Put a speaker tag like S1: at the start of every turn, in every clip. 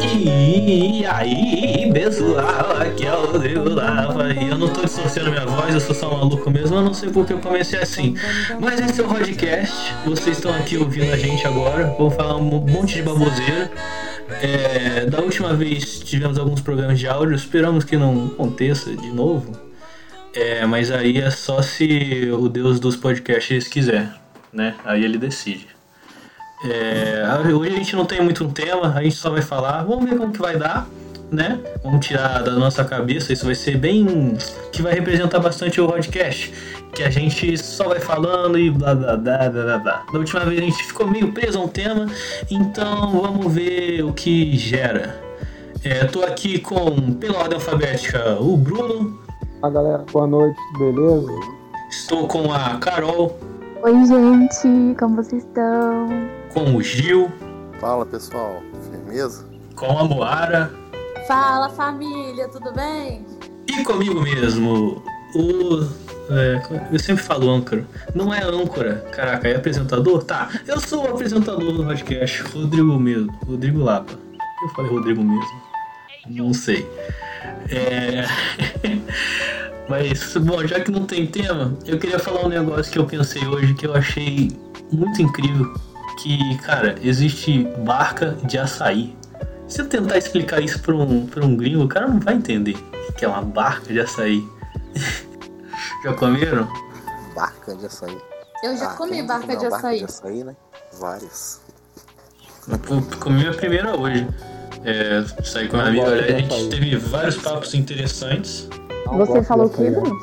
S1: E aí, pessoal, aqui é o Rodrigo Lava e eu não tô distorcendo minha voz, eu sou só maluco mesmo, eu não sei porque eu comecei assim. Mas esse é o podcast, vocês estão aqui ouvindo a gente agora, vou falar um monte de baboseira. É, da última vez tivemos alguns programas de áudio, esperamos que não aconteça de novo. É, mas aí é só se o deus dos podcasts quiser, né? Aí ele decide. É, hoje a gente não tem muito um tema, a gente só vai falar, vamos ver como que vai dar, né? Vamos tirar da nossa cabeça, isso vai ser bem. que vai representar bastante o podcast. Que a gente só vai falando e blá blá blá blá blá blá. Da última vez a gente ficou meio preso a um tema, então vamos ver o que gera. É, tô aqui com, pela ordem alfabética, o Bruno,
S2: Fala galera, boa noite, beleza?
S1: estou com a Carol,
S3: Oi, gente, como vocês estão?
S1: com o Gil,
S4: Fala pessoal, firmeza?
S1: com a Moara
S5: Fala família, tudo bem?
S1: E comigo mesmo, o. é, eu sempre falo âncora. Não é âncora, caraca, é apresentador? Tá, eu sou o apresentador do podcast, Rodrigo mesmo, Rodrigo Lapa. Eu falei Rodrigo mesmo. Não sei. É. Mas, bom, já que não tem tema, eu queria falar um negócio que eu pensei hoje que eu achei muito incrível. Que, cara, existe barca de açaí. Se eu tentar explicar isso pra um, pra um gringo, o cara não vai entender que é uma barca de açaí. Já comeram?
S4: Barca de açaí.
S5: Eu já
S4: Ah,
S5: comi
S4: quem
S5: barca
S4: não,
S5: de açaí.
S4: Barca de açaí, né? Várias.
S1: Eu comi a primeira hoje. É, saí com a minha amiga, a gente teve vários papos interessantes.
S2: Não
S3: Você
S2: gosto
S3: falou o
S2: de
S3: quê,
S2: açaí,
S3: Bruno?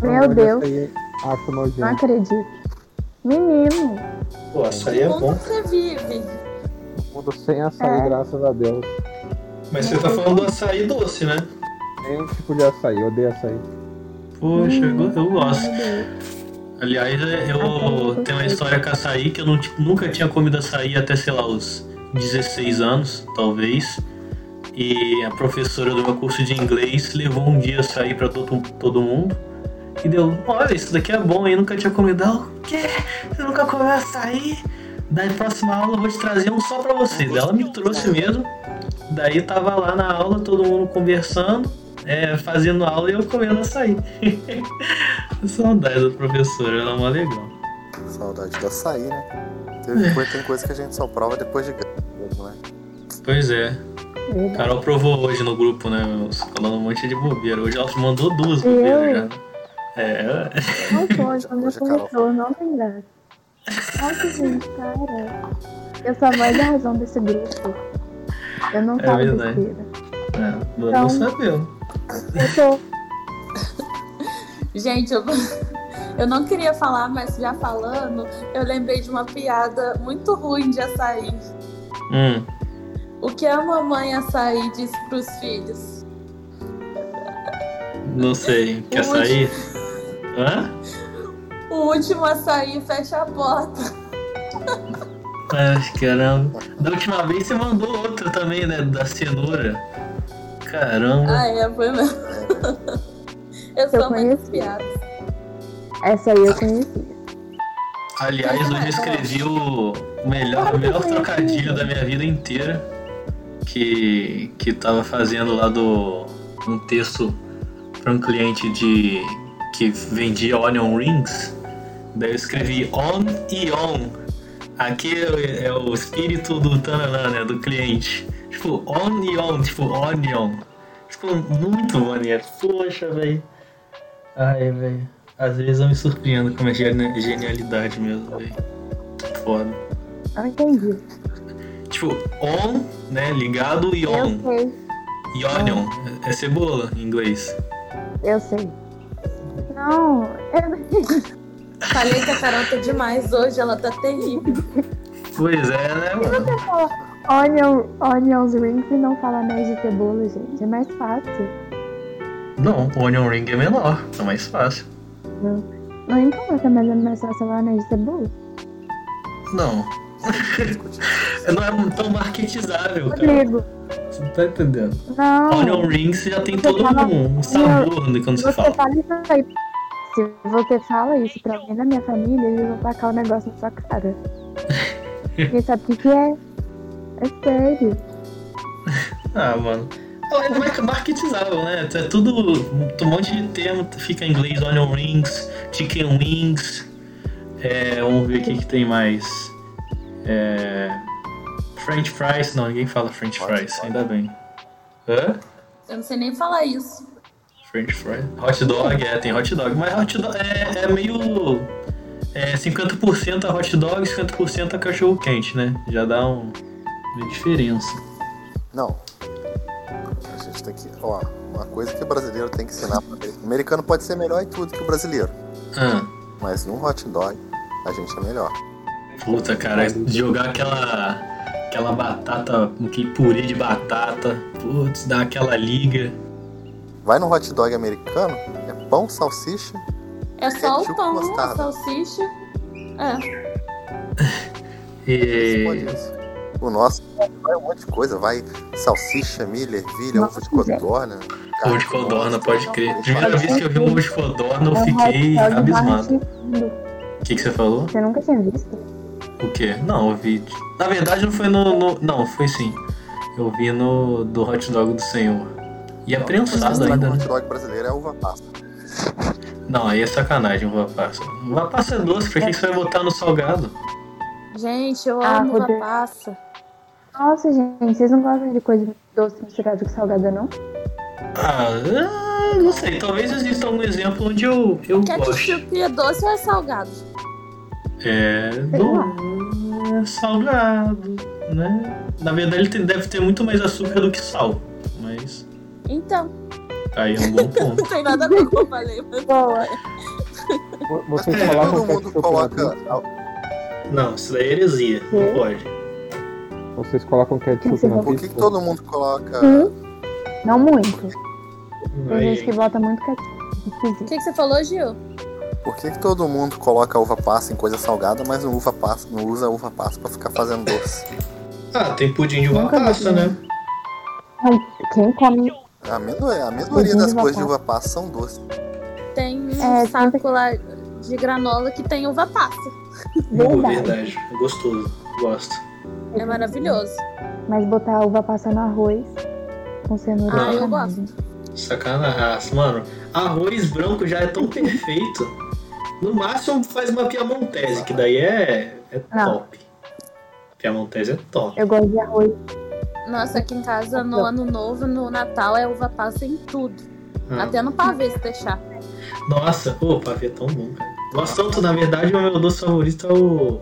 S2: não.
S3: Meu
S2: Não gosto de
S3: Deus.
S2: açaí, Acho
S3: Não
S2: nojento.
S3: acredito. Menino,
S1: Pô, açaí é
S5: Como você vive?
S2: Mundo sem açaí,
S3: É.
S2: graças a Deus.
S1: Mas você tá falando do açaí doce, né?
S2: Nenhum tipo de açaí, eu odeio açaí.
S1: Poxa, eu, eu gosto.
S3: meu Deus.
S1: Aliás, é, eu tenho uma história com açaí que eu não ti- nunca tinha comido açaí até, sei lá, os 16 anos, talvez. E a professora do meu curso de inglês levou um dia açaí pra todo, todo mundo. E deu, olha, isso daqui é bom, eu nunca tinha comido. Ah, O quê? Você nunca comeu açaí? Daí, próxima aula, eu vou te trazer um só pra você. Daí ela me trouxe mesmo. Daí, tava lá na aula, todo mundo conversando, é, fazendo aula e eu comendo açaí. Saudade da professora, ela é mó legal.
S4: Saudade do açaí, né? Teve coisa- Tem coisa que a gente só prova depois de grande, né?
S1: Pois é,
S3: Verdade.
S1: Carol provou hoje no grupo, né? Falando um monte de bobeira. Hoje ela mandou duas bobeiras já. É,
S3: Não pode, quando
S4: Hoje
S3: eu
S4: a Carol
S5: né? é
S3: começou, não tem graça. Nossa, gente, para. Eu sou a voz da razão desse grupo. Eu não
S1: É
S3: falo
S1: verdade.
S3: besteira.
S1: é não,
S3: Então-
S1: não sabemos.
S3: Eu tô.
S5: Gente, eu, eu não queria falar, mas já falando, eu lembrei de uma piada muito ruim de açaí.
S1: Hum,
S5: O que a mamãe açaí diz pros filhos?
S1: não sei. Quer
S5: Hoje-
S1: sair? Hã?
S5: O último açaí fecha a porta.
S1: Ai, caramba. Da última vez você mandou outra também, né? Da cenoura. Caramba.
S5: Ah, é, foi mesmo. Eu
S3: Eu
S5: sou mãe das
S3: conheci.
S5: piadas.
S3: Essa aí eu conheci.
S1: Aliás, hoje eu escrevi o o melhor, o melhor trocadilho da minha vida inteira. Que, que tava fazendo lá do um texto para um cliente de que vendia onion rings. Daí eu escrevi on e on. Aqui é, o- é o espírito do tananã, né? Do cliente. Tipo, on e on, tipo, onion. Ficou muito maneiro. Poxa, velho. Ai, velho. Às vezes eu me surpreendo com a minha geni- genialidade mesmo, velho. Foda.
S3: Não Ah, entendi.
S1: Tipo, on, né? Ligado e
S3: Eu
S1: on.
S3: sei,
S1: E onion. É é cebola em inglês.
S3: eu sei. Não, eu não entendi.
S5: Falei que a Carol tá demais hoje, ela tá terrível.
S1: Pois é, né, mano?
S3: Você fala onion, onions rings e não fala mais de cebola, gente. É mais fácil.
S1: Não, o Onion Ring é menor, é mais fácil.
S3: Não importa, mas é mais fácil lá na cebola.
S1: Não. não é tão marketizável, cara.
S3: Rodrigo,
S1: Você não tá entendendo.
S3: não.
S1: Onion Ring você já tem
S3: Você
S1: todo
S3: fala-
S1: um sabor né, quando você
S3: Você
S1: fala.
S3: fala isso aí. Se você fala isso pra alguém da minha família, eles vão tacar o negócio na sua cara. Ninguém sabe o que, que é. É sério.
S1: Ah, mano. É mar- marketizável, né? É tudo. Um monte de termo fica em inglês: onion rings, chicken wings. É, vamos ver o que, que tem mais. É, French fries. Não, ninguém fala French
S4: Hot
S1: fries,
S4: dog.
S1: ainda bem. Hã?
S5: Eu não sei nem falar isso.
S1: French fries. Hot dog, é, tem hot dog. Mas hot dog é, é meio. É 50% a hot dog, 50% a é cachorro quente, né? Já dá um, uma diferença.
S4: Não. A gente tem que. Ó, uma coisa que o brasileiro tem que ensinar pro americano. O americano pode ser melhor em tudo que o brasileiro.
S1: Ah.
S4: Mas no hot dog, a gente é melhor.
S1: Puta, cara, jogar aquela aquela batata, aquele purê de batata, putz, dar aquela liga.
S4: Vai no hot dog americano, é pão, salsicha.
S5: É só
S4: Ketchup
S5: o pão, a
S4: mostarda.
S5: salsicha. É.
S4: Você
S1: E...
S4: pode isso. O nosso vai um monte de coisa. Vai salsicha, milho, ervilha, ovo de codorna.
S1: Ovo de codorna, pode crer. Primeira
S4: Fala,
S1: vez que eu vi um ovo de codorna, eu
S3: é um
S1: fiquei
S3: hot dog
S1: abismado.
S3: barrigudo.
S1: O que, que você falou?
S3: Você nunca tinha visto?
S1: O quê? Não, eu vi. Na verdade, não foi no, no- Não, foi sim. Eu vi no do hot dog do senhor. E é
S4: Não,
S1: prensado
S4: o
S1: ainda, né?
S4: hot dog brasileiro é uva passa.
S1: Não, aí é sacanagem, uva passa. Uva passa é doce, pra que, que você vai botar no salgado?
S5: Gente, eu
S3: Ah,
S5: amo uva
S3: Rodrigo.
S5: passa.
S3: Nossa, gente, vocês não gostam de coisa doce misturada com salgada, não?
S1: Ah, ah, não sei, talvez exista algum exemplo onde eu, eu gosto.
S5: Ketchup é doce ou é salgado?
S1: É do é salgado, né? Na verdade, ele tem- deve ter muito mais açúcar do que sal, mas
S5: Então,
S1: aí é um bom ponto.
S5: não tem nada a ver com o que eu falei. mas-
S3: Boa.
S2: Vo-
S4: Mas
S2: Vocês
S4: por que
S2: colocam
S4: todo mundo
S2: ketchup
S4: coloca.
S2: na pizza?
S1: Não, isso daí é heresia, não pode.
S2: Vocês colocam ketchup na
S4: Por que, que
S2: pizza?
S4: todo mundo coloca.
S3: Sim. Não muito. Tem
S1: Aí-
S3: gente que bota muito ketchup.
S5: O
S3: Esquisito.
S5: que, que você falou, Gil?
S4: Por que, que todo mundo coloca uva passa em coisa salgada, mas não, uva passa, não usa uva passa pra ficar fazendo doce?
S1: Ah, tem pudim de uva
S3: Nunca vi
S1: passa, né?
S3: Não, Quem come
S4: A, minoria- a minoria
S3: Pudim
S4: das
S3: de uva
S4: coisas de
S3: passa.
S4: uva passa são doces.
S5: Tem um
S3: É,
S5: saco
S3: sempre-
S5: lá de granola que tem uva passa.
S1: Boa,
S3: verdade.
S1: verdade. É gostoso. Gosto.
S5: É maravilhoso.
S3: Mas botar a uva passa no arroz com cenoura.
S5: Ah,
S3: é
S5: eu
S3: sacanagem.
S5: gosto.
S1: Sacanagem. Ah, Mano, arroz branco já é tão perfeito. No máximo faz uma piamontese, que daí é, é
S3: Não.
S1: top. Piamontese é top.
S3: Eu gosto de arroz.
S5: Nossa, aqui em casa, no
S3: Então.
S5: ano novo, no Natal, é uva passa em tudo.
S1: Ah,
S5: Até no pavê, se deixar.
S1: Nossa, o pavê é tão bom, cara. Nossa, tanto, na verdade, o meu doce favorito é o. o-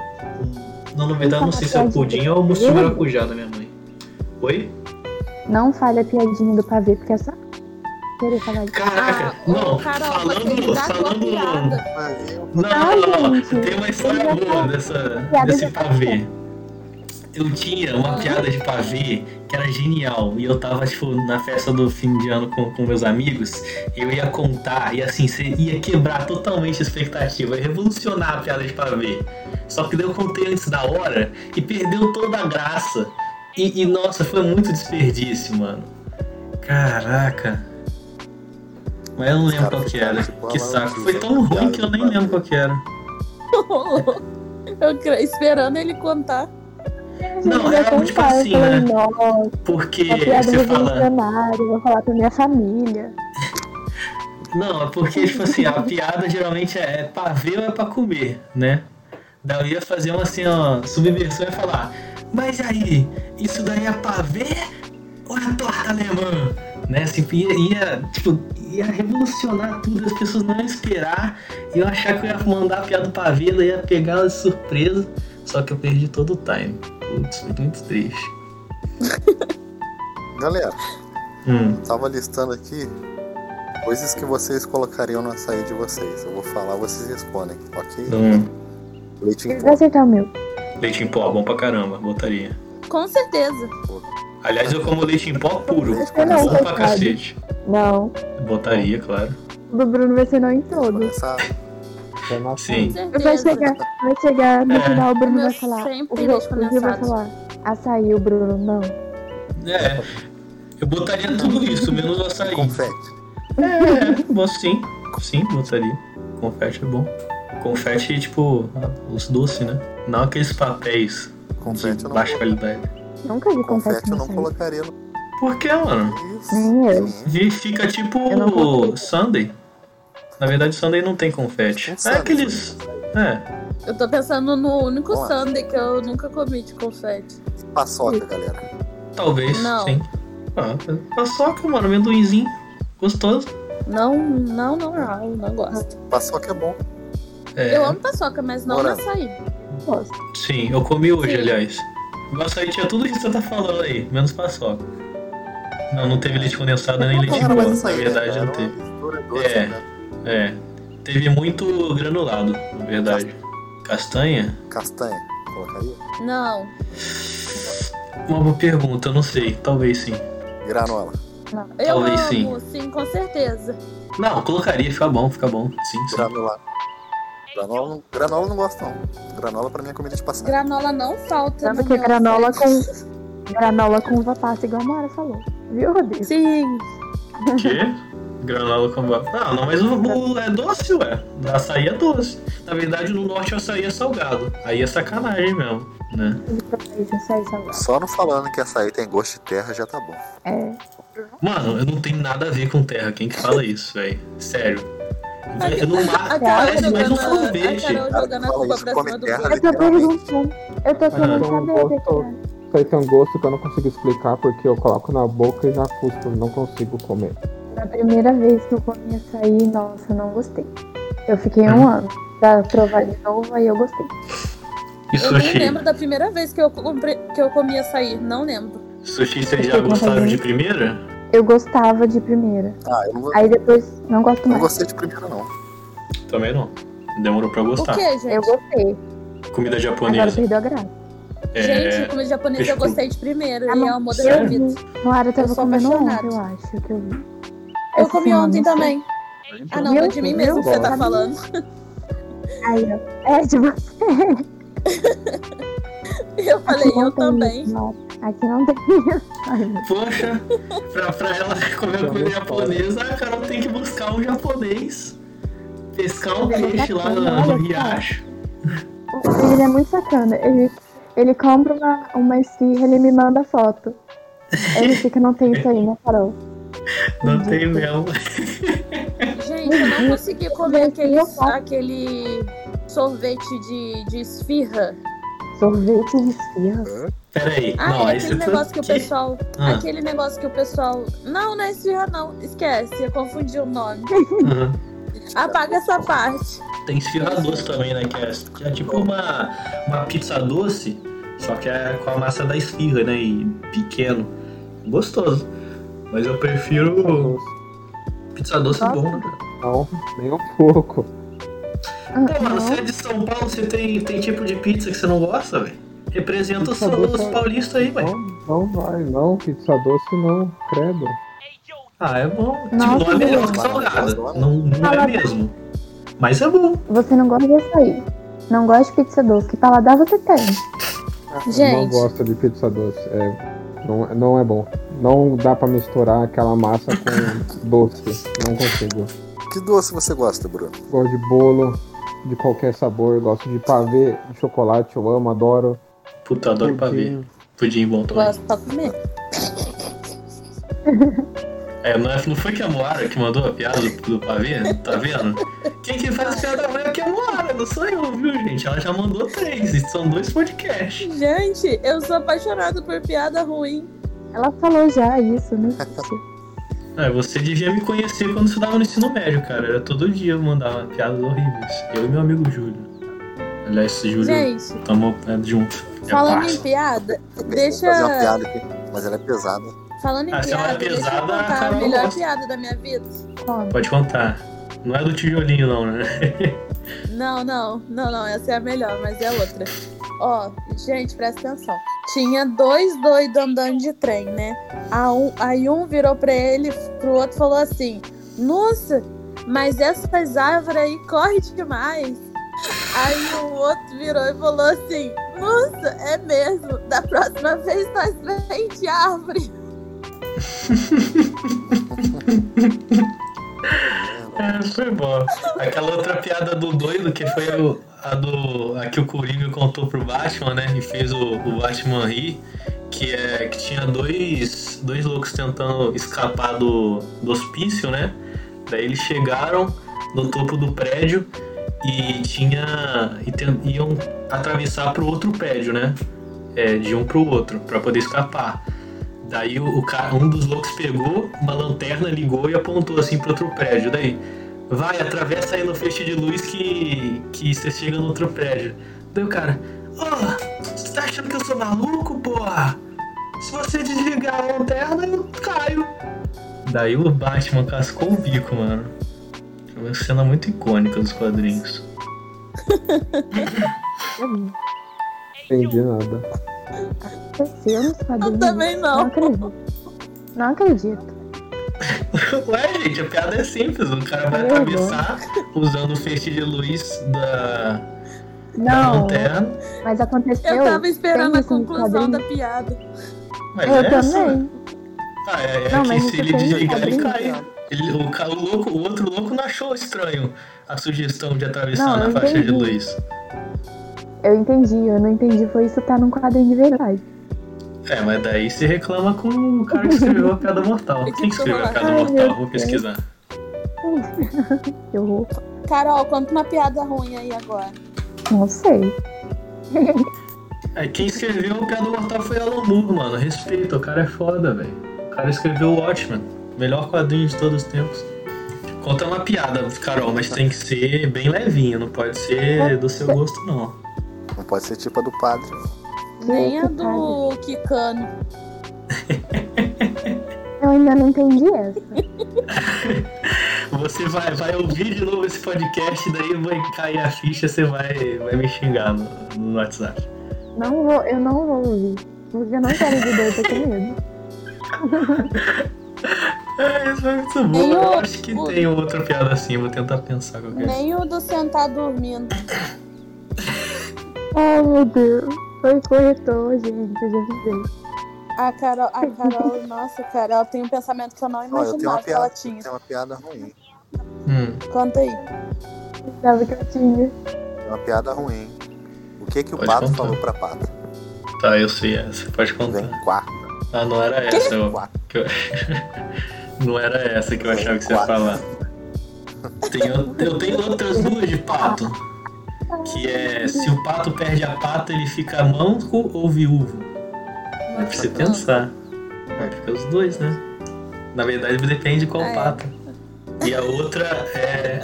S1: Não, na verdade, não sei se é o pudim ou o mousse de maracujá da minha mãe. Oi?
S3: Não falha a piadinha do pavê, porque é só querer falar disso.
S1: Caraca!
S5: Ah,
S1: não,
S5: ô, Carol, você
S1: falando.
S5: estragou a
S1: falando.
S5: piada.
S4: Mas eu
S1: Não,
S3: Ai,
S1: não, não.
S3: Ah, gente,
S1: tem uma história
S3: eu já
S1: boa
S3: tô-
S1: dessa,
S3: piada
S1: desse
S3: já tá
S1: pavê. Eu tinha uma
S5: Ah.
S1: piada de pavê que era genial. E eu tava, tipo, na festa do fim de ano com, com meus amigos. E eu ia contar, e assim, você ia quebrar totalmente a expectativa, ia revolucionar a piada de pavê. Só que daí eu contei antes da hora e perdeu toda a graça. E, e, nossa, foi muito desperdício, mano. Caraca. Mas eu não
S4: Os
S1: lembro
S4: caras
S1: qual que
S4: ficaram,
S1: era.
S4: tipo,
S1: Que
S4: lá,
S1: saco.
S4: usando
S1: Foi tão ruim
S4: piada
S1: que eu
S4: de
S1: nem lembro
S4: pavê.
S1: qual que era.
S5: Eu cre- esperando ele contar.
S1: Não,
S3: Eu
S1: era
S3: tô
S1: muito tipo
S3: falando,
S1: assim,
S3: eu falei,
S1: né?
S3: Nossa,
S1: Porque
S3: uma piada é
S1: você fala.
S3: revolucionária, vou falar pra minha família.
S1: Não, é porque, tipo assim, a piada geralmente é é pra ver ou é pra comer, né? Daí eu ia fazer uma assim, ó, subversão e falar, mas e aí, isso daí é pra ver ou é torta alemã? Né? Assim, ia, ia, tipo, ia revolucionar tudo, as pessoas não iam esperar, iam achar que eu ia mandar a piada pra ver, daí ia pegar ela de surpresa, só que eu perdi todo o time. Putz, foi muito triste.
S4: Galera,
S1: Hum,
S4: tava listando aqui coisas que vocês colocariam no açaí de vocês. Eu vou falar, vocês respondem, ok?
S1: então,
S4: Leite em
S3: Eu vou
S4: pó.
S3: acertar o meu.
S1: leite em pó, bom pra caramba, botaria.
S5: Com certeza.
S1: Aliás, eu como leite em pó puro.
S4: Leite
S3: Não,
S1: Bom pra
S3: coitado.
S1: cacete.
S3: Não.
S1: Botaria, claro.
S3: O do Bruno vai ser não em todos.
S4: Essa
S1: É
S2: Vai matar.
S1: Sim.
S3: Vai chegar, vai chegar no
S1: É.
S3: final, o Bruno
S5: Meu,
S3: vai falar.
S5: sempre
S3: o Gil-
S5: deixo
S3: o Gil vai
S5: condensado.
S3: falar. Açaí, o Bruno, não.
S1: É. Eu botaria tudo isso, menos o açaí.
S4: confete.
S1: É, boto sim. Sim, botaria. Confete é bom. Confete, tipo, os doces, né? Não aqueles papéis
S4: Confete
S1: de
S4: eu não,
S1: baixa qualidade.
S3: Nunca vi confete
S4: confete eu
S3: no
S4: não
S3: açaí.
S4: colocaria no
S1: Por que, mano?
S4: isso.
S3: Nem eu.
S1: Vi- Fica tipo
S3: Eu não coloquei.
S1: Sunday. Na verdade, Sunday não tem confete.
S4: Não
S1: É
S4: sabe.
S1: aqueles. É.
S5: Eu tô pensando no único
S4: Nossa.
S5: sundae que eu nunca comi de confete.
S4: Paçoca, galera.
S1: Talvez,
S5: Não.
S1: sim. Ah, paçoca, mano, amendoinzinho. Gostoso.
S5: Não, não, não, não, não gosto.
S4: Paçoca é bom.
S1: É,
S5: Eu amo paçoca, mas não
S4: Morango.
S5: açaí.
S3: Gosto.
S1: Sim, eu comi hoje,
S5: Sim.
S1: aliás. O açaí tinha tudo isso que você tá falando aí, menos paçoca. Não, não teve leite condensado nem leite em
S4: Cara,
S1: pó,
S4: mas isso
S1: na
S4: aí, né,
S1: verdade
S4: cara,
S1: não teve.
S4: uma mistura doce,
S1: É.
S4: né?
S1: É, teve muito granulado, na verdade. Castanha?
S4: Castanha, colocaria?
S5: Não.
S1: Uma boa pergunta, eu não sei, talvez sim.
S4: Granola.
S5: Eu
S1: Talvez
S5: amo, sim. com certeza.
S1: Não, colocaria, fica bom, fica bom, sim, sim.
S4: Granola. Granola, não- granola eu não gosto, não. Granola pra mim é comida de passagem.
S5: Granola não falta.
S3: Sabe
S5: no
S3: que
S5: meu
S3: granola
S5: set.
S3: com. Granola com uva passa, igual a Mara falou. Viu, Rodrigo?
S5: Sim.
S1: Quê? Granola com ba- Ah, não, mas o, o- é doce, ué. Açaí é doce. Na verdade, no norte o açaí é salgado. Aí é sacanagem mesmo, né?
S3: Isso, isso aí, salgado.
S4: Só não falando que açaí tem gosto de terra já tá bom.
S3: É.
S1: Mano, eu não tenho nada a ver com terra. Quem que fala isso, velho? Sério. Eu não
S5: A
S1: mato,
S5: Carol
S1: parece mais um
S5: jogando, a
S1: sorvete.
S5: Carol
S4: Cara,
S5: jogando a
S4: fala
S5: culpa
S4: isso,
S5: pra
S4: come
S5: cima do
S4: terra,
S5: Bruno.
S3: Eu tô perguntando. Eu tô querendo
S2: Tem um
S3: saber o que
S2: gosto,
S3: que
S2: isso aí tem um gosto que eu não consigo explicar porque eu coloco na boca e já cuspo, não consigo comer.
S3: é. Na primeira vez que eu comi açaí, nossa, eu não gostei. Eu fiquei um ano pra provar de novo, aí eu gostei.
S5: Eu nem
S1: sushi?
S5: lembro da primeira vez que eu, comprei, que eu comi açaí. Não lembro.
S1: Sushi, vocês já
S3: Eu tô
S1: gostaram de
S3: fazendo.
S1: primeira?
S3: Eu gostava de primeira.
S4: Ah, eu não,
S3: Aí depois, não gosto
S4: não
S3: mais.
S4: gostei de primeira, não.
S1: Também não. Demorou pra
S5: O
S1: gostar.
S5: que, gente?
S3: Eu gostei.
S1: Comida
S3: Agora
S1: japonesa.
S3: perdeu a graça.
S1: É,
S5: Gente, comida japonesa eu
S1: Fechou.
S5: gostei de primeira.
S3: Ah,
S5: e
S3: não.
S5: é o amor da
S1: Sério?
S5: minha vida.
S3: Moara
S5: Eu
S3: tava
S5: sou
S3: comendo ontem,
S5: apaixonada.
S3: eu acho, que eu vi.
S5: Eu
S3: Essa
S5: comi
S3: semana,
S5: ontem
S3: não sei.
S5: também.
S1: Então
S5: Ah, não,
S3: Viu?
S5: é de mim mesmo que
S2: Viu?
S5: você tá falando.
S3: Aí, ó. É, de você.
S5: Eu falei,
S3: Aqui não
S5: eu
S3: tem
S5: também.
S3: isso, Moara. Aqui não tem isso. Ai, meu
S1: poxa, pra, pra ela comer
S2: Já
S1: comida
S2: gostou, né?
S1: japonesa, a Carol tem que buscar um japonês. Pescar um
S3: Mas é
S5: tá
S1: peixe lá
S3: bacana,
S1: no, no
S3: olha só.
S1: riacho.
S3: O Rodrigo, ele é muito sacana. Ele, ele compra uma, uma esfirra, ele me manda foto. Ele fica, não tem isso aí, né, Carol?
S5: tá?
S1: Não tem mesmo.
S5: Gente, eu não consegui comer
S3: Gente,
S5: aquele,
S3: eu faço.
S5: aquele sorvete de, de esfirra.
S3: Sorvete e esfirra.
S1: Peraí,
S5: Ah,
S1: não,
S5: é
S1: aí
S5: aquele
S1: você tá-
S5: negócio que o
S1: que-
S5: pessoal.
S1: Ah,
S5: Aquele negócio que o pessoal. Não, não é esfirra, não. Esquece, eu confundi o nome.
S1: aham.
S5: Apaga essa parte.
S1: Tem esfirra doce também, né? Que é, que é tipo uma, uma pizza doce, só que é com a massa da esfirra, né? E pequeno. Gostoso. Mas eu prefiro pizza doce
S3: Nossa.
S1: bom, né? cara?
S2: Não, nem um pouco.
S1: Pô, mano, você
S3: Ah,
S1: é de São Paulo, você tem, tem tipo de pizza que você não gosta, velho? Representa os,
S2: Pizza doce
S1: os
S2: é-
S1: paulistas aí, velho.
S2: Não, não vai, não. Pizza doce não, credo.
S1: Ah, é bom.
S3: Nossa,
S1: tipo, não é melhor que
S4: mas eu
S1: salgada.
S4: gosto,
S1: Não, não é
S3: Salada.
S1: mesmo. Mas é bom.
S3: não. Você não gosta de açaí. Não gosta de pizza doce. Que paladar você tem?
S2: Eu não
S5: Gente,
S2: gosto de pizza doce. É, não, não é bom. Não dá pra misturar aquela massa com doce. Não consigo.
S4: Que doce você gosta, Bruno?
S2: Gosto de bolo, de qualquer sabor. Gosto de pavê, de chocolate. Eu amo, adoro.
S1: Puta, adoro pavê.
S2: Pudim.
S1: Pudim bom também.
S5: gosto pra comer.
S1: É, não, é- não foi que a Moara que mandou a piada do, do pavê? Tá vendo? Quem que faz a piada ruim aqui é a Moara, não sou eu, viu, gente? Ela já mandou três, e são dois podcasts.
S5: Gente, eu sou apaixonada por piada ruim.
S3: Ela falou já isso, né? não existe.
S1: É, você devia me conhecer quando estudava no ensino médio, cara. Era todo dia eu mandava piadas horríveis. Eu e meu amigo Júlio. Aliás, esse Júlio
S5: Gente,
S1: tamo é, junto. Hum. É
S5: falando em
S1: parça.
S5: piada, deixa.
S4: Fazer uma piada aqui, mas ela é pesada.
S5: Falando em
S1: Ah, se ela é
S5: piada, deixa eu
S1: pesada, é a
S5: contar a
S1: Carol
S5: melhor
S1: gosta.
S5: piada da minha vida.
S3: Como?
S1: Pode contar. Não é do tijolinho, não, né?
S5: Não, não, não, não, essa é a melhor, mas é outra. Ó, gente, presta atenção. Tinha dois doidos andando de trem, né? A um, aí um virou pra ele, pro outro falou assim: Nossa, mas essas árvores aí correm demais. Aí o outro virou e falou assim: Nossa, é mesmo. Da próxima vez nós vem de árvore.
S1: É, foi bom. Aquela outra piada do doido, que foi o- a, do, a que o Coringa contou pro Batman, né? E fez o, o Batman rir. Que, é, que tinha dois, dois loucos tentando escapar do, do hospício, né? Daí eles chegaram no topo do prédio e tinha. E ten- iam atravessar pro outro prédio, né? É, de um pro outro, pra poder escapar. Daí o, o cara, um dos loucos pegou uma lanterna, ligou e apontou assim pro outro prédio. Daí, vai, atravessa aí no feixe de luz que, que você chega no outro prédio. Daí o cara, ô, você tá achando que eu sou maluco, porra? Se você desligar a lanterna, eu caio. Daí o Batman cascou o bico, mano. É Uma cena muito icônica dos quadrinhos.
S2: entendi nada.
S3: Aconteceu nos quadrinhos.
S5: Eu também
S3: Não
S5: não.
S3: acredito. Não acredito.
S1: Ué, gente, a piada é simples. O cara vai
S3: Meu
S1: atravessar usando o feixe de luz da, da
S3: Não,
S1: lanterna.
S3: mas aconteceu.
S5: Eu tava esperando a
S3: tem isso nos
S5: conclusão da
S3: quadrinhos?
S5: piada.
S1: Mas
S3: Eu
S1: é essa?
S3: também.
S1: Ah, é, é
S3: Não,
S1: que
S3: mas
S1: se
S3: isso
S1: ele
S3: tem
S1: desligar, ele
S3: quadrinho,
S1: cai. Ele- o, ca- o louco, o outro louco não achou estranho a sugestão de atravessar
S3: Não,
S1: na
S3: eu
S1: faixa de
S3: entendi.
S1: luz.
S3: Eu entendi, eu não entendi. Foi isso tá num quadrinho de verdade.
S1: É, mas daí se reclama com o cara que escreveu a piada mortal.
S5: Tem que
S1: Quem que escreveu a
S5: falar.
S1: piada
S3: Ai,
S1: mortal?
S3: meu
S1: Vou
S3: Deus.
S1: pesquisar.
S3: Que horror.
S5: Carol, conta uma piada ruim aí agora.
S3: Não sei.
S1: É, quem escreveu a piada mortal foi Alan Moore, mano. Respeito, o cara é foda, velho. O cara escreveu o Watchmen. Melhor quadrinho de todos os tempos. Conta uma piada, Carol, mas tem que ser bem levinha, não pode ser do seu gosto, não.
S4: Não pode ser tipo a do padre.
S5: Nem a
S3: Eita,
S5: do Kikano.
S3: Eu ainda não entendi essa.
S1: Você vai, vai ouvir de novo esse podcast, daí vai cair a ficha, você vai, vai me xingar no, no WhatsApp.
S3: Não vou, eu não vou ouvir. Porque eu não quero de doido, eu tô com medo.
S1: É, isso é muito bom.
S5: Nem
S1: Eu
S5: o-
S1: acho que
S5: o-
S1: tem outra piada assim, vou tentar pensar qualquer coisa.
S5: Nem o do sentar dormindo.
S3: Oh, meu Deus. Foi corretor, gente, eu já avisei.
S5: A Carol, a Carol, nossa, Carol, tem um pensamento que eu não
S4: Ó, eu tenho uma
S5: imaginava que ela
S4: piada.
S5: tinha.
S4: Tem uma piada ruim.
S1: Hum.
S5: Conta aí.
S3: Sabe que eu tinha.
S4: Tem uma piada ruim. O que que o
S1: Pode
S4: pato
S1: contar.
S4: falou pra pata?
S1: Tá, eu sei essa, pode
S4: Vem
S1: contar.
S4: quá,
S1: Ah, não era essa. eu-
S4: quá.
S1: que eu- não era essa que eu achava que você ia falar. Tem o- eu tenho outras duas de pato. Que é, se o pato perde a pata, ele fica manco ou viúvo? É pra você pensar. É, fica os dois, né? Na verdade, depende qual
S5: Ah, é.
S1: pato. E a outra é.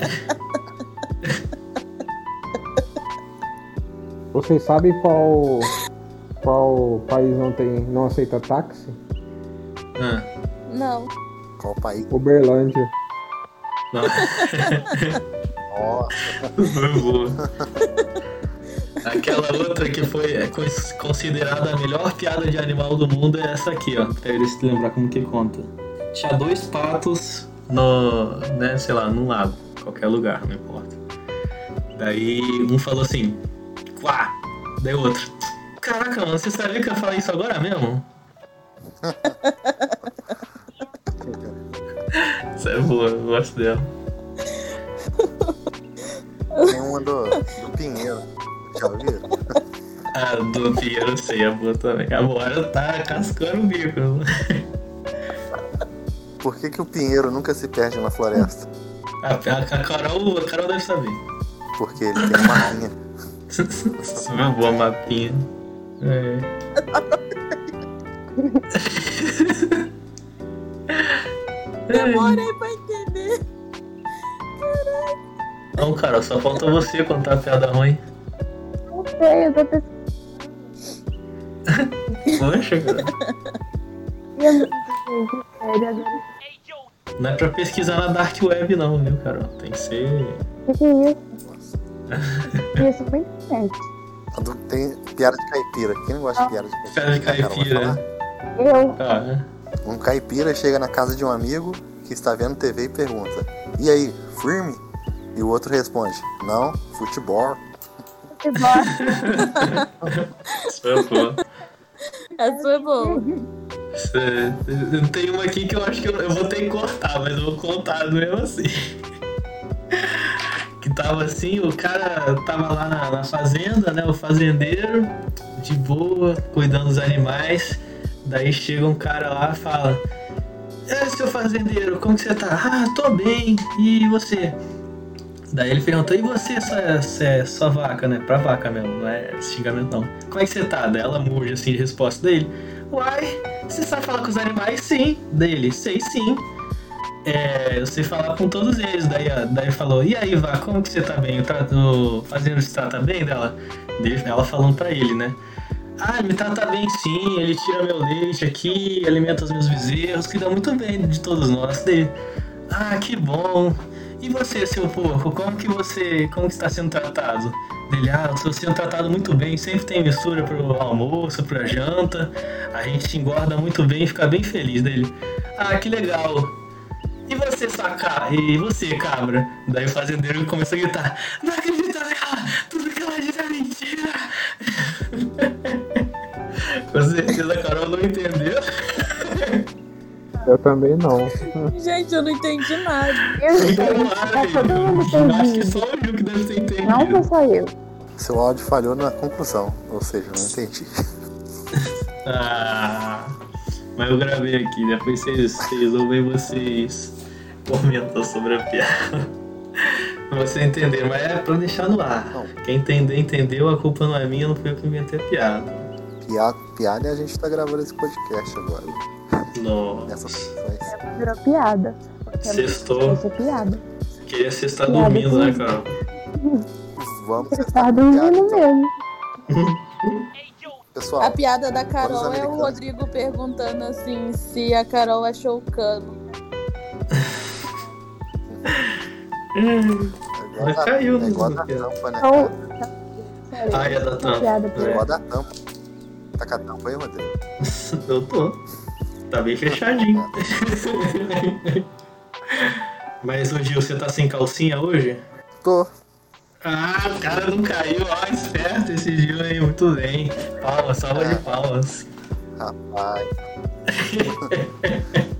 S2: Vocês sabem qual qual país não tem não aceita táxi?
S1: Ah,
S5: Não.
S4: Qual país?
S2: Uberlândia.
S1: não.
S4: Nossa,
S1: Foi boa. Aquela outra que foi cons- considerada a melhor piada de animal do mundo é essa aqui, ó. Pega se lembrar como que conta. Tinha dois patos no, né, sei lá, num lago, qualquer lugar, não importa. Daí um falou assim, quá, daí o outro. Caraca, mano, você sabia que eu falei isso agora mesmo? Isso é boa, eu gosto dela.
S4: tem uma do, do Pinheiro. Já ouviram?
S1: A do Pinheiro, Ah, eu sei, a boa também. Agora tá cascando o bico.
S4: Por que que o Pinheiro nunca se perde na floresta?
S1: A, a- a Carol, a Carol deve saber.
S4: Porque ele tem uma linha.
S1: Isso é uma boa mapinha. É.
S5: Demorei pra entender.
S1: Não, Carol, só falta você contar a piada ruim.
S3: Não sei, eu tô pensando.
S1: Poxa, cara.
S5: é
S3: Gente, sério, agora.
S1: Não é pra pesquisar na Dark Web, não, viu, Carol? Tem que ser.
S3: O que, que é isso? Isso, é muito sério.
S4: Do- Tem piada de caipira. Quem não gosta de piada
S1: Piada de
S4: de caipira? né, Carol? Vai
S1: caipira.
S4: falar?
S3: Eu,
S1: Cara,
S4: Um caipira chega na casa de um amigo que está vendo TV e pergunta: E aí, firme? E o outro responde: Não, futebol.
S3: que gosto.
S1: isso é bom.
S5: Essa foi boa.
S1: Isso é- Tem uma aqui que eu acho que eu, eu vou ter que cortar, mas eu vou contar mesmo assim. Que tava assim, o cara tava lá na, na fazenda, né? O fazendeiro, de boa, cuidando dos animais. Daí chega um cara lá e fala: É, seu fazendeiro, como que você tá? Ah, tô bem. E você? Daí ele perguntou, e você, sua, sua, sua vaca, né? Pra vaca mesmo, não é xingamento não. Como é que você tá? Daí ela murge assim de resposta dele. Uai, você sabe falar com os animais? Sim. Dele, sei sim. É, eu sei falar com todos eles. Daí, a- daí falou, e aí, Vá, como que você tá bem? O, tra- o fazendo se trata bem dela? Dele- Ela falando pra ele, né? Ah, ele me trata bem sim, ele tira meu leite aqui, alimenta os meus bezerros, cuida muito bem de todos nós. Daí, ah, que bom. E você, seu porco, como que você. como que está sendo tratado? Dele, ah, eu estou sendo tratado muito bem, sempre tem mistura pro almoço, pra janta. A gente engorda muito bem e fica bem feliz dele. Ah, que legal! E você, sua ca... E você, cabra? Daí o fazendeiro começou a gritar: Não acredito nela! Tudo que ela diz é mentira! Com certeza a Carol não entendeu.
S2: Eu também não.
S5: Gente, eu não entendi nada.
S3: Eu sei,
S1: Tomara,
S3: tá todo mundo
S1: eu Acho que
S3: entendido.
S1: só o Ju que deve ter entendido.
S3: Não sou só eu.
S4: Seu áudio falhou na conclusão, ou seja, não entendi.
S1: Ah, mas eu gravei aqui, né? depois vocês, vocês ouvem vocês comentam sobre a piada. Pra você entender, mas é pra deixar no ar.
S4: Não.
S1: Quem entender, entendeu, a culpa não é minha, não fui eu que inventei a piada.
S4: Piada, piada e a gente tá gravando esse podcast agora.
S1: Nossa,
S4: Nessas condições.
S3: Virou piada.
S1: sextou.
S3: Isso é piada.
S1: Queria sextar
S3: Piada
S1: dormindo, né,
S3: com-
S1: Carol?
S4: Vamos
S3: Você
S4: testar
S3: tá
S4: a piada,
S3: dormindo
S4: então.
S3: mesmo.
S5: A
S4: Pessoal,
S5: piada da Carol
S4: Todos
S5: é o
S4: americanos.
S5: Rodrigo perguntando assim se a Carol achou o cano.
S4: é
S1: Mas
S4: igual da-
S1: caiu,
S4: é igual
S1: né,
S4: da
S1: piada.
S4: tampa, né?
S3: Então,
S1: Ai, Ah, é da
S3: Uma
S1: tampa.
S3: piada
S4: É
S3: pra
S4: igual da tampa. Tá com a tampa aí, Rodrigo?
S1: Eu tô. Tá bem fechadinho. Mas ô Gil, você tá sem calcinha hoje?
S4: Tô.
S1: Ah, o cara não caiu, ó, esperto esse Gil aí, muito bem. Palmas, salva de palmas.
S4: Rapaz.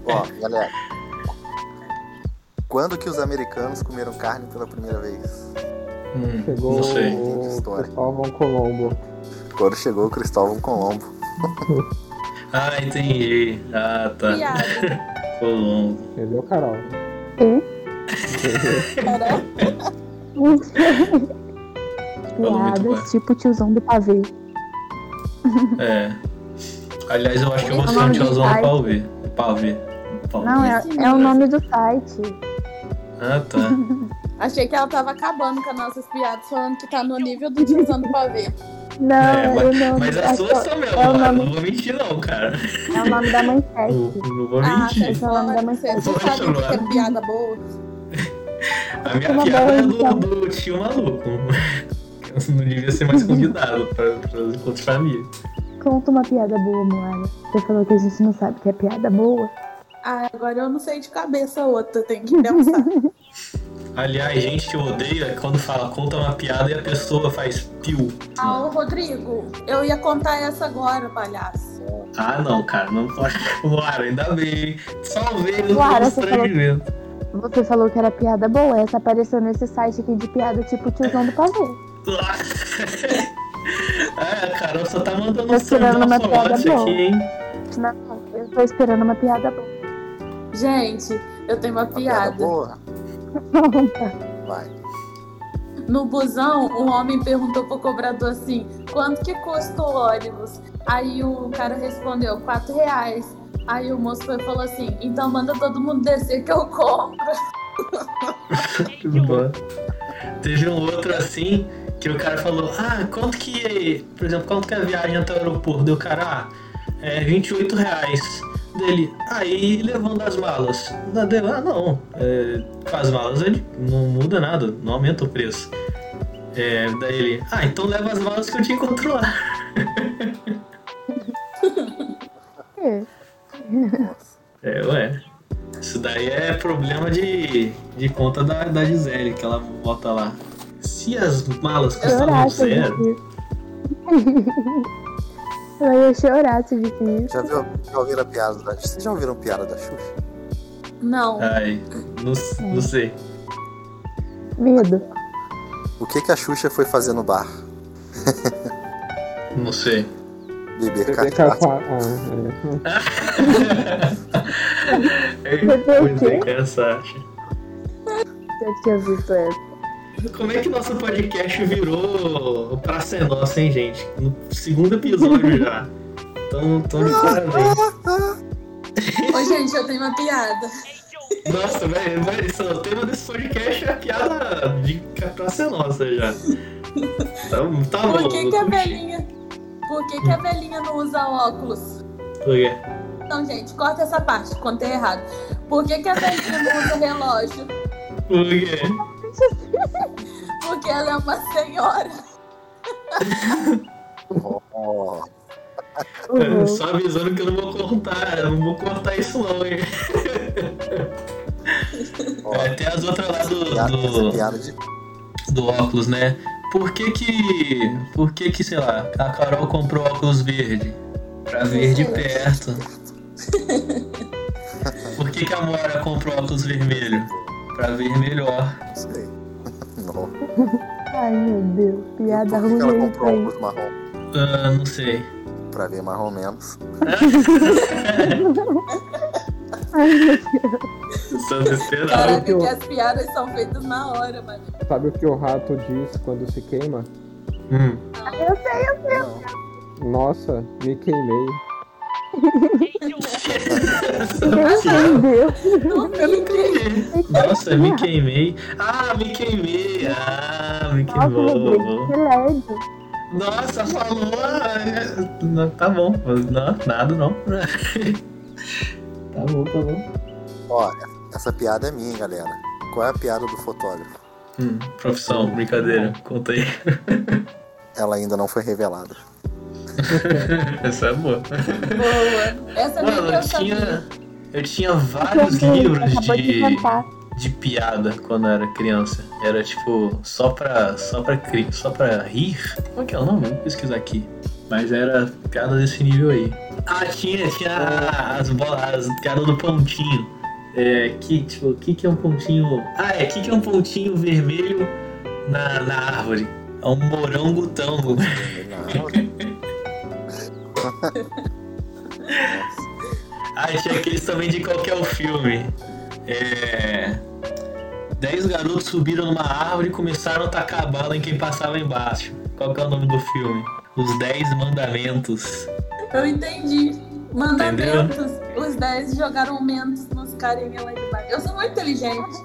S4: Ó, galera. Quando que os americanos comeram carne pela primeira vez?
S1: Hum,
S2: Chegou
S1: Não sei.
S2: o Cristóvão Colombo.
S4: Quando chegou o Cristóvão Colombo.
S1: Ah, entendi. Ah, tá.
S5: Piada.
S1: Colombo.
S2: Entendeu, Carol?
S5: Carol,
S1: muito
S3: Piadas
S1: bem.
S3: tipo tiozão do pavê.
S1: É. Aliás, eu acho que eu vou
S3: O
S1: ser um
S3: nome do
S1: tiozão do
S3: site.
S1: pavê. Pavê. Pavê.
S3: Não, é,
S5: Esse
S3: é o
S5: mesmo.
S3: nome do site.
S1: Ah, tá.
S5: achei que ela tava acabando com as nossas piadas, falando que tá no nível do Dizão do Pavê.
S3: Não,
S1: É,
S3: eu não.
S1: Mas
S3: é
S1: as suas
S3: só-
S1: são mesmo,
S3: é o
S1: mano.
S3: nome-
S1: Não vou mentir não, cara.
S3: É o nome da
S1: Não,
S3: manchete.
S1: não vou
S5: Ah,
S1: mentir.
S3: tá. Falando da
S5: você
S3: manchete.
S5: você sabe o que é piada boa?
S1: A minha
S3: Uma
S1: piada é do,
S3: boa
S1: do tio maluco. Eu não devia ser mais convidado para os encontros de família.
S3: Conta uma piada boa, Moara. Você falou que a gente não sabe que é piada boa.
S5: Ah, agora eu não sei de cabeça outra, tem que pensar.
S1: Aliás, gente que odeia quando fala conta uma piada e a pessoa faz piu.
S5: ah, ô Rodrigo, eu ia contar essa agora, palhaço.
S1: Ah, não, cara, não pode. Uara, ainda bem. Salvei o
S3: Uara, você
S1: constrangimento.
S3: Você falou que era piada boa. Essa apareceu nesse site aqui de piada tipo tiozão do pavê.
S1: Ah, a Carol só tá mandando
S3: Tô
S1: um
S3: esperando
S1: samba
S3: uma piada
S1: forte
S3: boa.
S1: aqui, hein?
S3: Não, eu tô esperando uma piada boa.
S5: Gente, eu tenho uma
S1: Tá
S4: Uma piada
S5: piada.
S4: boa? Vai.
S5: No busão, um homem perguntou pro cobrador assim: quanto que custa o ônibus? Aí o cara respondeu: quatro reais. Aí o moço foi e falou assim: então manda todo mundo descer que eu compro.
S1: Tudo bom. Teve um outro assim que o cara falou: Ah, quanto que. Por exemplo, quanto que é a viagem até o aeroporto? Deu cara, ah, é 28 reais dele. Aí levando as malas. Não, deu, ah, não. É, com as malas ele não muda nada, não aumenta o preço. É, daí ele, ah, então leva as malas que eu te encontro lá.
S3: É.
S4: Nossa.
S1: É, ué. Isso daí é problema de, de conta da, da Gisele, que ela bota lá. Se as malas custavam
S3: Chorar se eu
S1: zero,
S3: visse isso. Ela ia chorar se visse isso.
S4: Já, viu, já ouviram a piada da Vocês já ouviram a piada da Xuxa?
S5: Não.
S1: ai, não, s- não sei.
S3: Medo.
S4: O que, que a Xuxa foi fazer no bar?
S1: Não sei.
S4: Beber
S2: Beber
S4: cachaça.
S2: cachaça. Ah,
S1: É
S3: Bebeu o
S1: coisa
S3: quê?
S1: engraçada.
S3: Já tinha visto essa.
S1: Como é que nosso podcast virou pra ser nossa, hein, gente? No segundo episódio já. Então, tão de parabéns.
S5: Ô, gente, eu tenho uma piada.
S1: Nossa, velho, velho, isso é o tema desse podcast é a piada de é pra ser nossa já. Tá, tá bom.
S5: Por que, que a
S1: vou curtir.
S5: velhinha. Por que, que a velhinha não usa óculos?
S1: Por quê?
S5: Não, gente, corta essa parte, contei errado. Por que, que a velhinha não usa relógio?
S1: Por quê?
S5: Porque ela é uma senhora.
S4: Oh,
S3: Uhum.
S1: Só avisando que eu não vou cortar, eu não vou cortar isso não, hein?
S4: oh.
S1: É, tem as outras lá do,
S4: Piada, essa
S1: do,
S4: piada de.
S1: do óculos, né? Por que que, por que que, sei lá, a Carol comprou óculos verde? Pra ver de perto. Por que que a Mora comprou óculos vermelho? Pra ver melhor.
S4: Não sei. Não.
S3: Ai, meu Deus.
S4: Por
S3: Piada
S4: que que ela
S3: ruim isso
S4: comprou
S3: aí.
S4: óculos marrom?
S1: Ah, não sei.
S4: Pra ver marrom menos.
S3: Ai, meu Deus.
S1: Sou desesperado.
S5: Caraca, que as piadas são feitas na hora, mano.
S2: é. Sabe o que o rato diz quando se queima?
S1: Hum.
S3: Eu sei.
S4: Não.
S2: Nossa, me queimei.
S3: Deus meu Deus.
S5: Domingo.
S1: Nossa, me queimei. Ah, me queimei. Ah, me
S3: Nossa,
S1: queimou.
S3: Rodrigo, que LED.
S1: Nossa, falou! é, não, Tá bom, não, nada não. Tá bom, tá bom.
S4: Ó, essa piada é minha, hein, galera. Qual é a piada do fotógrafo?
S1: Hum, profissão, brincadeira, conta aí.
S4: Ela ainda não foi revelada.
S1: Essa é boa.
S5: Boa. Essa é nem
S1: Mano, eu
S5: eu sabia.
S1: tinha, eu tinha vários livros
S3: Acabou de
S1: de,
S3: cantar.
S1: de piada quando eu era criança. Era tipo, só pra, só pra, cri- só pra rir. Como é que é o nome? Vou pesquisar aqui. Mas era piada desse nível aí. Ah, tinha, tinha as bolas, as piadas do pontinho. É, que, tipo, o que que é um pontinho... Ah, é, o que que é um pontinho vermelho na, na árvore? É um né? morangotango.
S4: Não.
S1: Ah, e tinha aqueles também de qual que é o filme. É... Dez garotos subiram numa árvore e começaram a tacar bala em quem passava embaixo. Qual que é o nome do filme? Os Dez Mandamentos.
S5: Eu entendi. Mandamentos. Os 10 jogaram mentos nos carinha lá de baixo. Eu sou muito inteligente.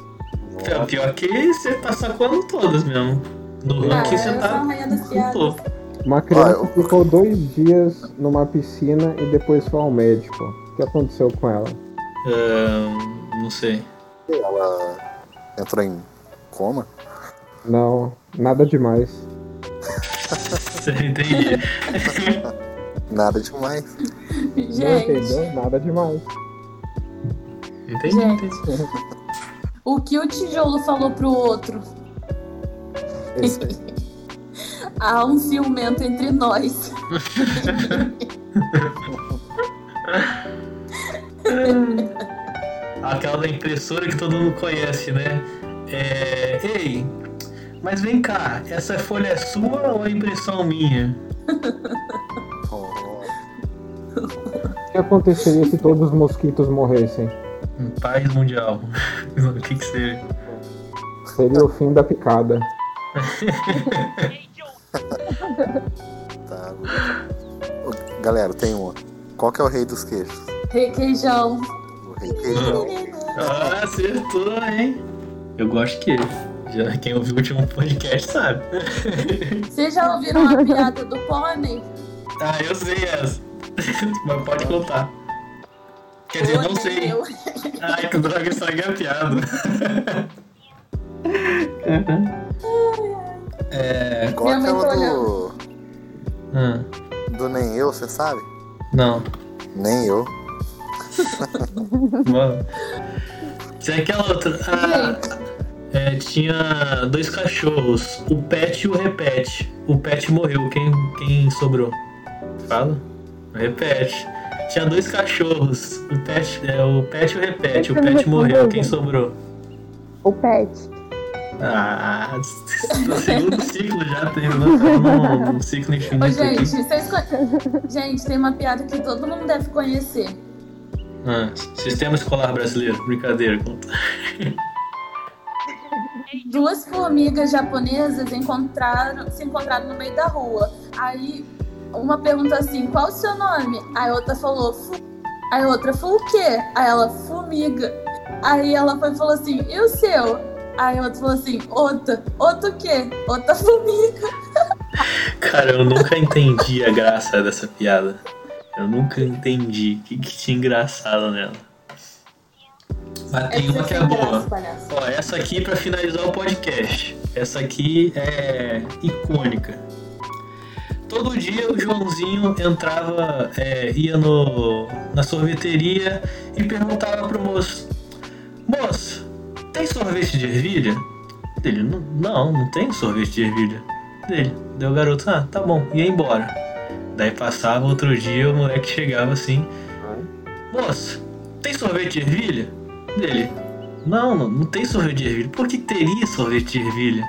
S1: Então, pior que você tá sacando todas mesmo. No
S5: Ah,
S1: ranking
S5: eu
S1: você
S5: sou a
S1: tá
S5: rainha das
S1: no
S5: piadas.
S1: topo.
S2: Uma criança
S4: eu-
S2: ficou dois dias numa piscina e depois foi ao médico. O que aconteceu com ela?
S1: Ahn, não sei.
S4: Ela entrou em coma?
S2: Não, nada demais.
S1: Você entendi.
S4: Nada demais.
S2: Não
S5: Gente,
S2: entendeu? Nada demais.
S1: Entendi,
S5: Gente.
S1: entendi.
S5: o que o tijolo falou pro outro?
S2: Esse aí.
S5: Há um ciumento entre nós.
S1: Aquela da impressora que todo mundo conhece, né? É... Ei, mas vem cá, essa folha é sua ou é impressão minha?
S4: Oh,
S2: O que aconteceria se todos os mosquitos morressem?
S1: Um paz mundial. o que que seja.
S2: Seria o fim da picada.
S4: tá. Ô, Galera, tem uma. Qual que é o rei dos queijos?
S5: Requeijão.
S4: O rei queijão.
S1: Ah, acertou, hein? Eu gosto que já quem ouviu o último podcast sabe.
S5: Vocês já ouviram a piada do pônei?
S1: Ah, eu sei essa. Mas pode contar. Quer dizer, não
S5: Pônei,
S1: sei.
S5: eu-
S1: Ai, que droga, é estraguei a piada. É.
S4: Igual
S5: Minha mãe
S4: aquela
S5: tá
S4: do,
S1: ah,
S4: do Nem Eu, você sabe?
S1: não.
S4: Nem Eu.
S1: Mano. Tinha aquela é outra. Ah, é, tinha dois cachorros, o Pet e o Repete. O Pet morreu, quem, quem sobrou? Fala? O Repete. Tinha dois cachorros, o Pet, é, o Pet e o Repete. O
S5: é
S3: Esse não
S1: Pet morreu,
S3: respondeu,
S1: quem
S3: gente.
S1: sobrou?
S3: O pet.
S1: Ah, no segundo ciclo já terminou num, num ciclo infinito
S5: Ô,
S1: aqui.
S5: gente, vocês conhe- Gente, tem uma piada que todo mundo deve conhecer.
S1: Ah, sistema escolar brasileiro, brincadeira. conta.
S5: Duas formigas japonesas encontraram, se encontraram no meio da rua. Aí uma perguntou assim: qual o seu nome? Aí a outra falou: Fu. Aí a outra falou: o quê? Aí ela: Fumiga. Aí ela foi e falou assim: e o seu? Aí a outra falou assim: outra. Outra o quê? Outra fumiga.
S1: Cara, eu nunca entendi a graça dessa piada. Eu nunca entendi o que, que tinha engraçado nela. Mas tem uma que é boa. Ó, essa aqui pra finalizar o podcast. Essa aqui é icônica. Todo dia o Joãozinho entrava, é, ia no, na sorveteria e perguntava pro moço: Moço, tem sorvete de ervilha? Dele: "Não- Não, não tem sorvete de ervilha. Dele: Deu o garoto, ah, tá bom, ia embora. Daí passava outro dia, o moleque chegava assim: Moço, tem sorvete de ervilha? Dele: não, não, não tem sorvete de ervilha. Por que teria sorvete de ervilha?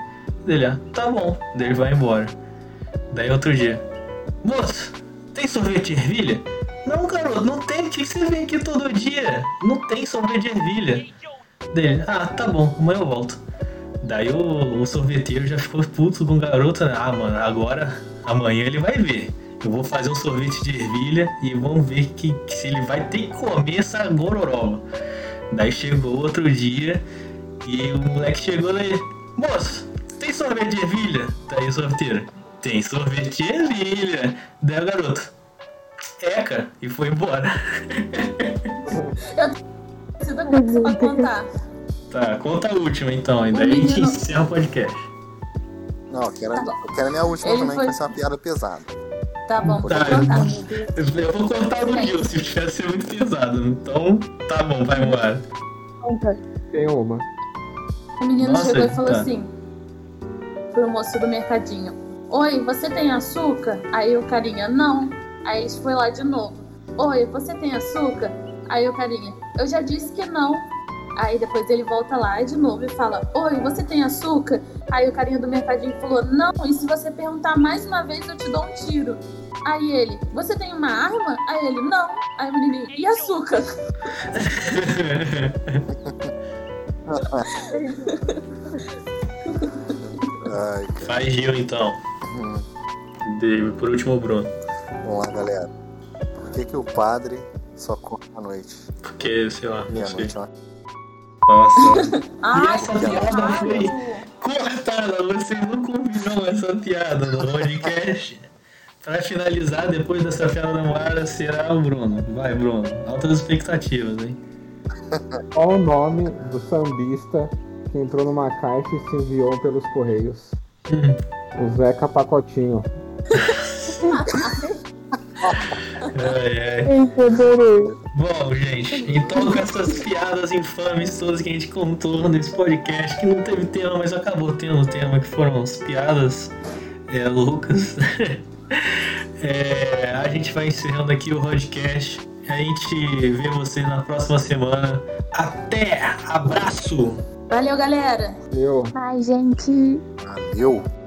S1: Dele, ah, tá bom. Daí ele vai embora. Daí outro dia, moço, tem sorvete de ervilha? Não, garoto, não tem. Por que que você vem aqui todo dia? Não tem sorvete de ervilha. Dele, ah, tá bom, amanhã eu volto. Daí o, o sorveteiro já ficou puto com o garoto, né? Ah, mano, agora, amanhã ele vai ver. Eu vou fazer um sorvete de ervilha e vamos ver que, que se ele vai ter que comer essa gororoba. Daí chegou outro dia e o moleque chegou lá e. Moço, tem sorvete de ervilha? Daí o sorveteiro. Tem sorvete de ervilha. Daí o garoto. É, cara. E foi embora.
S5: Você vai pra contar.
S1: Tá, conta a última então. E daí a gente
S5: menino-
S1: encerra o podcast.
S4: Não, eu quero, eu quero a minha última
S5: Tá. Ele
S4: também,
S5: foi-
S4: que vai ser uma piada pesada.
S5: Tá bom,
S1: Tá,
S5: pode contar.
S1: Eu vou contar do Gil, se tiver ser muito pesado. Então, tá bom, vai embora.
S3: Conta.
S2: Tem uma.
S5: O menino
S1: Nossa,
S5: chegou e falou
S1: tá.
S5: assim pro moço do mercadinho: Oi, você tem açúcar? Aí o carinha: Não. Aí eles foi lá de novo: Oi, você tem açúcar? Aí o carinha: Eu já disse que não. Aí depois ele volta lá de novo e fala: Oi, você tem açúcar? Aí o carinha do mercadinho falou: Não, e se você perguntar mais uma vez, eu te dou um tiro. Aí ele: Você tem uma arma? Aí ele: Não. Aí o menininho: E açúcar?
S4: Ai, cara.
S1: Faz Gil então. De- Por último, o Bruno.
S4: Vamos lá, galera. Por que, que o padre só corta à noite? é
S1: Porque, sei lá, não sei.
S4: Meia-noite, ó.
S1: Nossa. E
S5: Ai,
S1: essa
S5: que
S1: piada
S5: errado.
S1: foi cortada, vocês não combinam essa piada no podcast. Pra finalizar, depois dessa piada no ar, será o Bruno. Vai, Bruno. Altas expectativas, hein?
S2: Qual o nome do sambista que entrou numa caixa e se enviou pelos correios? o Zeca Pacotinho.
S1: Ai, ai.
S3: Gente, eu adorei.
S1: Bom, gente, então com essas piadas infames todas que a gente contou nesse podcast, que não teve tema, mas acabou tendo tema, que foram as piadas é, loucas. É, a gente vai encerrando aqui o podcast. A gente vê vocês na próxima semana. Até! Abraço!
S5: Valeu, galera.
S2: Meu.
S3: Ai, gente.
S4: Valeu!